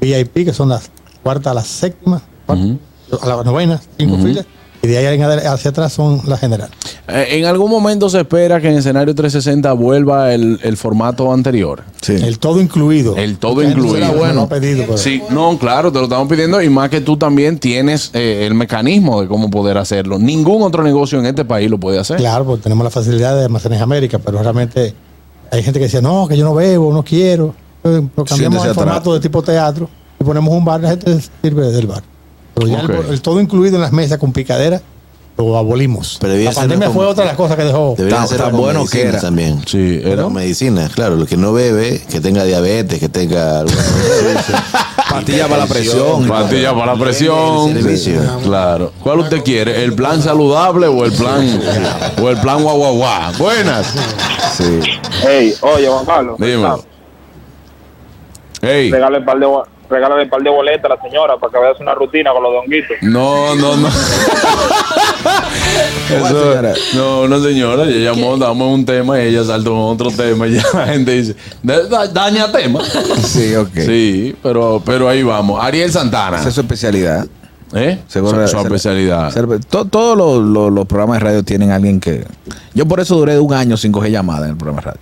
[SPEAKER 2] VIP, que son las cuarta a la séptima. cuarta A la novena, cinco
[SPEAKER 1] Ujú.
[SPEAKER 2] filas. Y de ahí en adel- hacia atrás son las general.
[SPEAKER 1] Eh, en algún momento se espera que en escenario 360 vuelva el, el formato anterior.
[SPEAKER 2] El todo incluido.
[SPEAKER 1] El todo
[SPEAKER 2] Porque antes
[SPEAKER 1] incluido.
[SPEAKER 2] era bueno. Me lo ha pedido, pero-
[SPEAKER 1] Sí, no, claro, te lo estamos pidiendo y más que tú también tienes eh, el mecanismo de cómo poder hacerlo. Ningún otro negocio en este país lo puede hacer.
[SPEAKER 2] Claro, porque tenemos la facilidad de Almacenes América, pero realmente hay gente que dice, no, que yo no bebo, no quiero. Eh, Pero cambiamos
[SPEAKER 7] Siéntese
[SPEAKER 2] el
[SPEAKER 7] atrás.
[SPEAKER 2] formato de tipo teatro y ponemos un bar, la gente se sirve del bar. Pero ya el-
[SPEAKER 3] Ok.
[SPEAKER 2] el, todo incluido en las mesas con picadera, lo abolimos.
[SPEAKER 3] Pero
[SPEAKER 2] la
[SPEAKER 3] debería ser
[SPEAKER 2] pandemia
[SPEAKER 3] como-
[SPEAKER 2] fue otra de las cosas que dejó.
[SPEAKER 3] Debería ser con medicinas también.
[SPEAKER 1] Sí, ¿eh?
[SPEAKER 3] era. medicina, claro. El que no bebe, que tenga diabetes, que tenga alguna
[SPEAKER 7] [laughs] Pastilla para la presión.
[SPEAKER 1] Pastilla para la presión. Claro. ¿Cuál usted quiere? ¿El plan saludable o el plan o el plan guaguaguá? Buenas. Sí.
[SPEAKER 12] Hey, oye, Juan Carlos.
[SPEAKER 1] Dime. Hey.
[SPEAKER 12] Regálale un par de, bo- regálale un par de boletas a la señora para que veas una rutina con los donguitos.
[SPEAKER 1] No, no, no. Eso- no, una señora, ella llamó, damos un tema y ella saltó con otro tema y ya la gente dice, "Da- da- daña tema. Sí, ok. Sí, pero, pero ahí vamos. Ariel Santana.
[SPEAKER 7] Esa es su especialidad.
[SPEAKER 1] ¿Eh?
[SPEAKER 7] Seguro-
[SPEAKER 1] Su- su especialidad.
[SPEAKER 7] ser- to- Todos los, los- los programas de radio tienen alguien que. Yo por eso duré un año sin coger llamada en el programa de radio.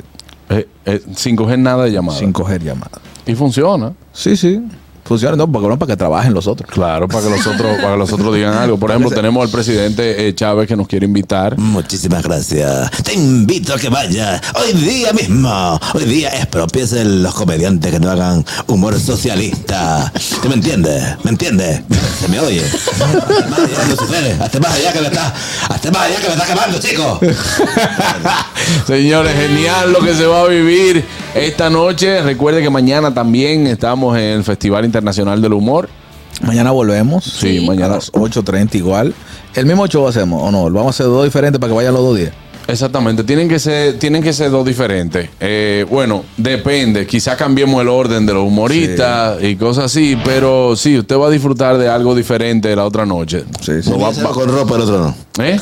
[SPEAKER 1] Eh, sin coger nada de llamada.
[SPEAKER 7] Sin coger llamada.
[SPEAKER 1] Y funciona.
[SPEAKER 7] Sí, sí. Funciona, no, porque no, para que trabajen los otros.
[SPEAKER 1] Claro, para que los otros, para que los otros digan algo. Por ejemplo, tenemos al presidente eh, Chávez que nos quiere invitar.
[SPEAKER 3] Muchísimas gracias. Te invito a que vayas hoy día mismo. Hoy día es propio es el- los comediantes que no hagan humor socialista. ¿Te me entiendes? ¿Me entiendes? Se me oye. Más allá de los ustedes, Hasta más allá que me está, hasta más allá que me está quemando, chicos.
[SPEAKER 1] Señores, genial lo que se va a vivir esta noche. Recuerde que mañana también estamos en el Festival Internacional del Humor.
[SPEAKER 7] Mañana volvemos. Sí, mañana. A las 8.30 igual. El mismo show hacemos, ¿o no? Vamos a hacer dos diferentes para que vayan los dos días.
[SPEAKER 1] Exactamente, tienen que ser, tienen que ser dos diferentes. Eh, bueno, depende, quizá cambiemos el orden de los humoristas y cosas así, pero sí, usted va a disfrutar de algo diferente la otra noche. Sí, sí.
[SPEAKER 3] con ropa, el otro
[SPEAKER 1] no. ¿Eh?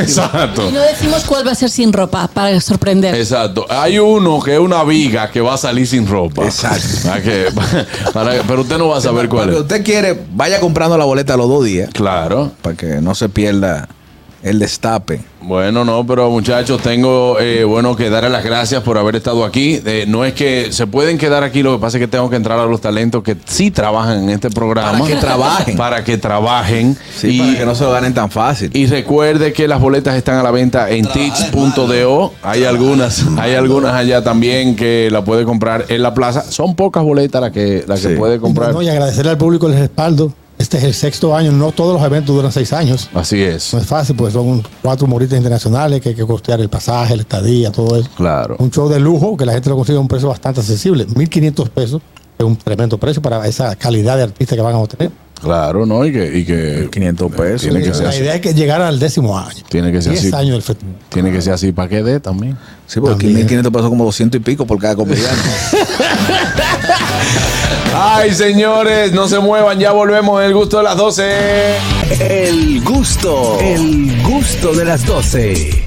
[SPEAKER 1] Exacto.
[SPEAKER 4] Y no decimos cuál va a ser sin ropa para sorprender.
[SPEAKER 1] Exacto. Hay uno que es una viga que va a salir sin ropa. Exacto. [laughs] pero usted no va a saber cuál
[SPEAKER 7] Porque
[SPEAKER 1] es.
[SPEAKER 7] usted quiere, vaya comprando la boleta los dos días.
[SPEAKER 1] Claro.
[SPEAKER 7] Para que no se pierda el destape.
[SPEAKER 1] Bueno, no, pero muchachos, tengo eh, bueno que darle las gracias por haber estado aquí. Eh, no es que se pueden quedar aquí, lo que pasa es que tengo que entrar a los talentos que sí trabajan en este programa. [laughs]
[SPEAKER 7] Para que trabajen.
[SPEAKER 1] Para que trabajen.
[SPEAKER 7] Sí, para que no se lo ganen tan fácil.
[SPEAKER 1] Y recuerde que las boletas están a la venta en teach.do. Hay algunas, hay algunas allá también que la puede comprar en la plaza. Son pocas boletas las que, las que puede comprar.
[SPEAKER 2] No, y agradecerle al público el respaldo. Este es el sexto año, no todos los eventos duran seis años.
[SPEAKER 1] Así es.
[SPEAKER 2] No es fácil, pues son cuatro humoristas internacionales que hay que costear el pasaje, la estadía, todo eso.
[SPEAKER 1] Claro.
[SPEAKER 2] Un show de lujo que la gente lo consigue a un precio bastante accesible. 1.500 pesos es un tremendo precio para esa calidad de artista que van a obtener.
[SPEAKER 1] Claro, ¿no? Y que, y que 500 pesos. Tiene que ser
[SPEAKER 2] la
[SPEAKER 1] así.
[SPEAKER 2] idea es que llegar al décimo año.
[SPEAKER 1] Tiene que ser
[SPEAKER 2] 10
[SPEAKER 1] así.
[SPEAKER 2] años del festival.
[SPEAKER 1] Tiene que ser así para que dé también.
[SPEAKER 7] Sí, porque
[SPEAKER 1] También.
[SPEAKER 7] 1500 pesos como 200 y pico por cada comediante.
[SPEAKER 1] Ay, señores, no se muevan, ya volvemos en el gusto de las 12.
[SPEAKER 15] El gusto, el gusto de las 12.